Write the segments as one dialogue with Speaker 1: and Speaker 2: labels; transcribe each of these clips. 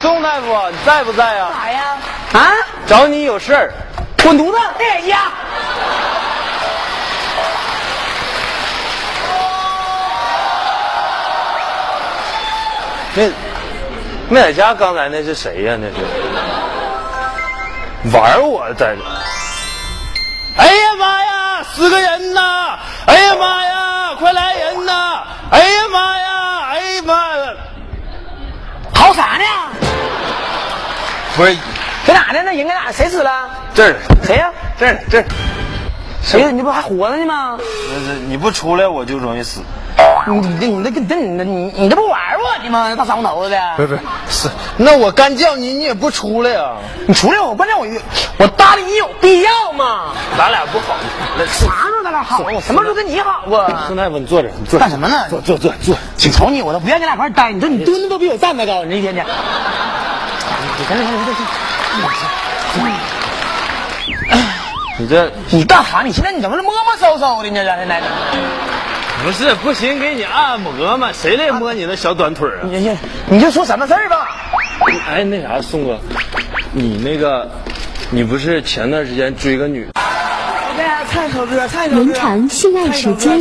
Speaker 1: 钟大夫，你在不在啊？
Speaker 2: 啥呀？
Speaker 1: 啊，找你有事儿，滚犊子！
Speaker 2: 戴眼镜。
Speaker 1: 没没在家，刚才那是谁呀、那是玩我在这。哎呀妈呀，死个人呐！哎呀妈呀，快来人呐！哎呀妈呀，哎呀妈呀！
Speaker 2: 嚎啥呢？
Speaker 1: 不是
Speaker 2: 搁哪呢？那人搁哪？谁死了？
Speaker 1: 这儿呢，
Speaker 2: 谁呀、
Speaker 1: 这儿呢，这儿呢。
Speaker 2: 谁？你不还活着呢吗？
Speaker 1: 不是你不出来我就容易死。
Speaker 2: 你你这你这你这你你你这不玩我呢吗？大长头子的，
Speaker 1: 不是，是那我干叫你，你也不出来啊呀、
Speaker 2: 你出来我关键我我搭理你有必要吗？
Speaker 1: 咱俩不好，那是
Speaker 2: 啥时候咱俩好？我什么时候跟你好过？
Speaker 1: 孙大夫，你坐这儿，你坐这儿
Speaker 2: 干什么呢？
Speaker 1: 坐坐坐坐。
Speaker 2: 挺瞅你，我都不愿意跟俩一块儿待。你说你蹲的都比我站的高，你这一天天。行了行了行了行了行了
Speaker 1: 你这
Speaker 2: 你干啥？你现在你怎么是摸摸搜搜的呢？这现
Speaker 1: 不是
Speaker 2: 在
Speaker 1: 不行，给你按摩嘛，谁来摸你那小短腿啊？
Speaker 2: 你你你就说什么事儿吧。
Speaker 1: 哎，那啥，宋哥，你那个，你不是前段时间追个女？
Speaker 2: 唱一首歌，唱一首歌。
Speaker 3: 延长性爱时间，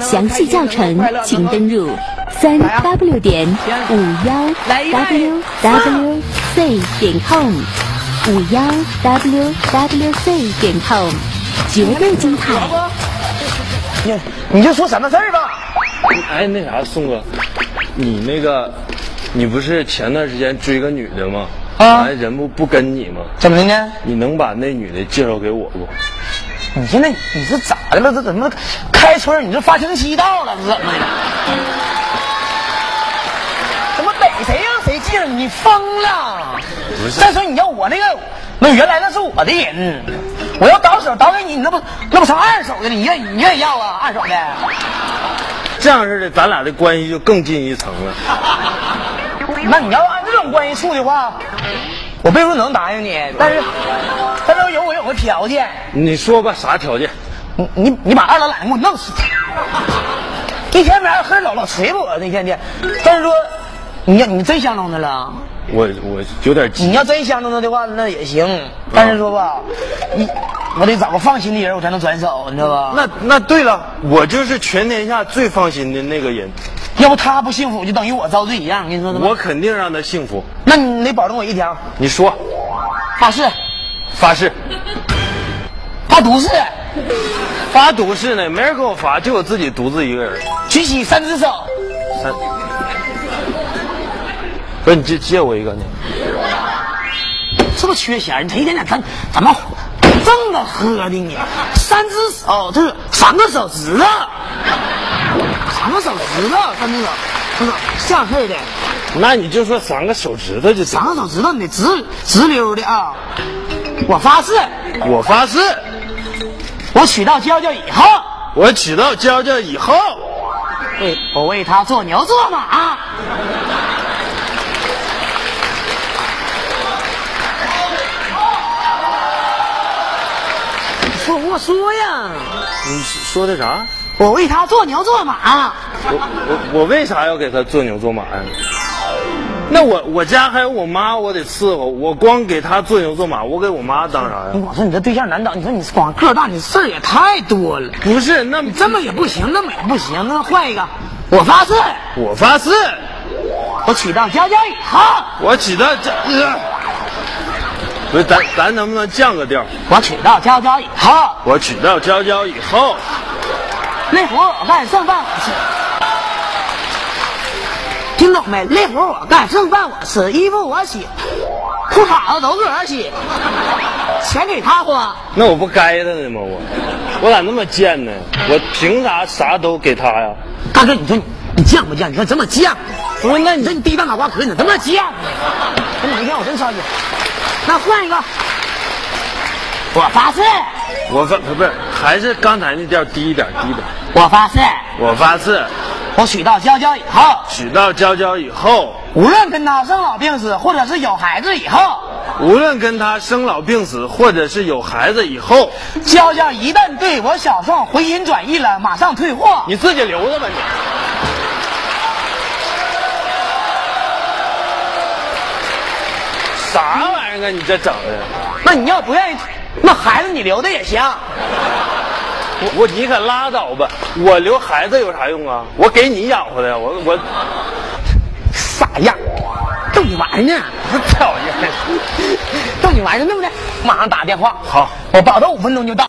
Speaker 3: 详细教程请登入三 w 点五幺 w w c 点 com 五幺 w w c 点 com，绝对精彩！
Speaker 2: 你你就说什么事儿吧。
Speaker 1: 哎，那啥，宋哥，你那个，你不是前段时间追个女的吗？
Speaker 2: 啊
Speaker 1: 完人不不跟你吗？
Speaker 2: 怎么的呢？
Speaker 1: 你能把那女的介绍给我不？
Speaker 2: 你现在你是咋的了？这怎么开春？你这发情期到了，是怎么的？怎么逮谁让谁记着你？你疯了！再说你要我那个，那原来那是我的人，我要倒手倒给你，你那不那不成二手的了？你愿你愿意要啊？二手的？
Speaker 1: 这样式的，咱俩的关系就更进一层了。
Speaker 2: 那你要啊按这种关系处的话，我并不能答应你，但是但是有我有个条件，
Speaker 1: 你说吧，啥条件？
Speaker 2: 你你你把二老奶奶给我弄死，一天没二喝老老捶我那天天。但是说，你要你真相中他了，
Speaker 1: 我我有点急
Speaker 2: 你。要真相中他的话，那也行。但是说吧，你我得找个放心的人，我才能转手，你知道吧？
Speaker 1: 那那对了，啊我就是全天下最放心的那个人，
Speaker 2: 要不他不幸福，就等于我遭罪一样，你说怎么？
Speaker 1: 我肯定让她幸福。
Speaker 2: 那你得保证我一条，
Speaker 1: 你说，
Speaker 2: 发誓，
Speaker 1: 发誓，
Speaker 2: 发毒誓，
Speaker 1: 发毒誓呢？没人给我发，就我自己独自一个人。
Speaker 2: 举起三只手。
Speaker 1: 三，不是你借借我一个呢？
Speaker 2: 是不是缺弦儿？你这一天天咱怎么这么喝的你？三只手，这是三个手指头，三个手指头，三只手，不是像事儿的，
Speaker 1: 那你就说三个手指头就行
Speaker 2: 三。个手指头，你得直直溜的啊！我发誓，
Speaker 1: 我发誓，
Speaker 2: 我娶到娇娇以后，
Speaker 1: 我娶到娇娇以后，
Speaker 2: 为我为她做牛做马。说我说呀，
Speaker 1: 你说的啥？
Speaker 2: 我为她做牛做马。
Speaker 1: 我我我为啥要给她做牛做马呀？那我我家还有我妈，我得伺候。我光给她做牛做马，我给我妈当啥呀？
Speaker 2: 我说你这对象难找，你说你光个儿大，你事儿也太多了，
Speaker 1: 不是，那
Speaker 2: 这么也不行，那么也不行，那换一个。我发誓，
Speaker 1: 我发誓，
Speaker 2: 我娶到娇娇以后，
Speaker 1: 我娶到这，呃不是咱咱能不能降个调？
Speaker 2: 我娶到娇娇以后，
Speaker 1: 我娶到娇娇以后，
Speaker 2: 累活我干，剩饭我吃。听懂没？累活我干，剩饭我吃，衣服我洗，裤衩子都自个儿洗，钱给他花。
Speaker 1: 那我不该他呢吗？我我咋那么贱呢？我凭啥啥都给他呀？
Speaker 2: 大哥，你说你你犟不犟？你说这么犟？不是，那你说你低档脑瓜壳，你怎么这么犟？这哪一天我真着急。那换一个，我发誓，
Speaker 1: 我发不是还是刚才那调低一点低一点。
Speaker 2: 我发誓，
Speaker 1: 我发誓，
Speaker 2: 我娶到娇娇以后，
Speaker 1: 娶到娇娇以后，
Speaker 2: 无论跟她生老病死，或者是有孩子以后，
Speaker 1: 无论跟他生老病死，或者是有孩子以后，
Speaker 2: 娇娇一旦对我小宋回心转意了，马上退货。
Speaker 1: 你自己留着吧你。啥玩意儿啊？你这整的，
Speaker 2: 那你要不愿意，那孩子你留着也行。
Speaker 1: 我我你可拉倒吧！我留孩子有啥用啊？我给你养活的呀，我我
Speaker 2: 傻样，逗你玩 呢，
Speaker 1: 讨厌。
Speaker 2: 逗你玩呢，对不对？马上打电话，
Speaker 1: 好，
Speaker 2: 我保证五分钟就到。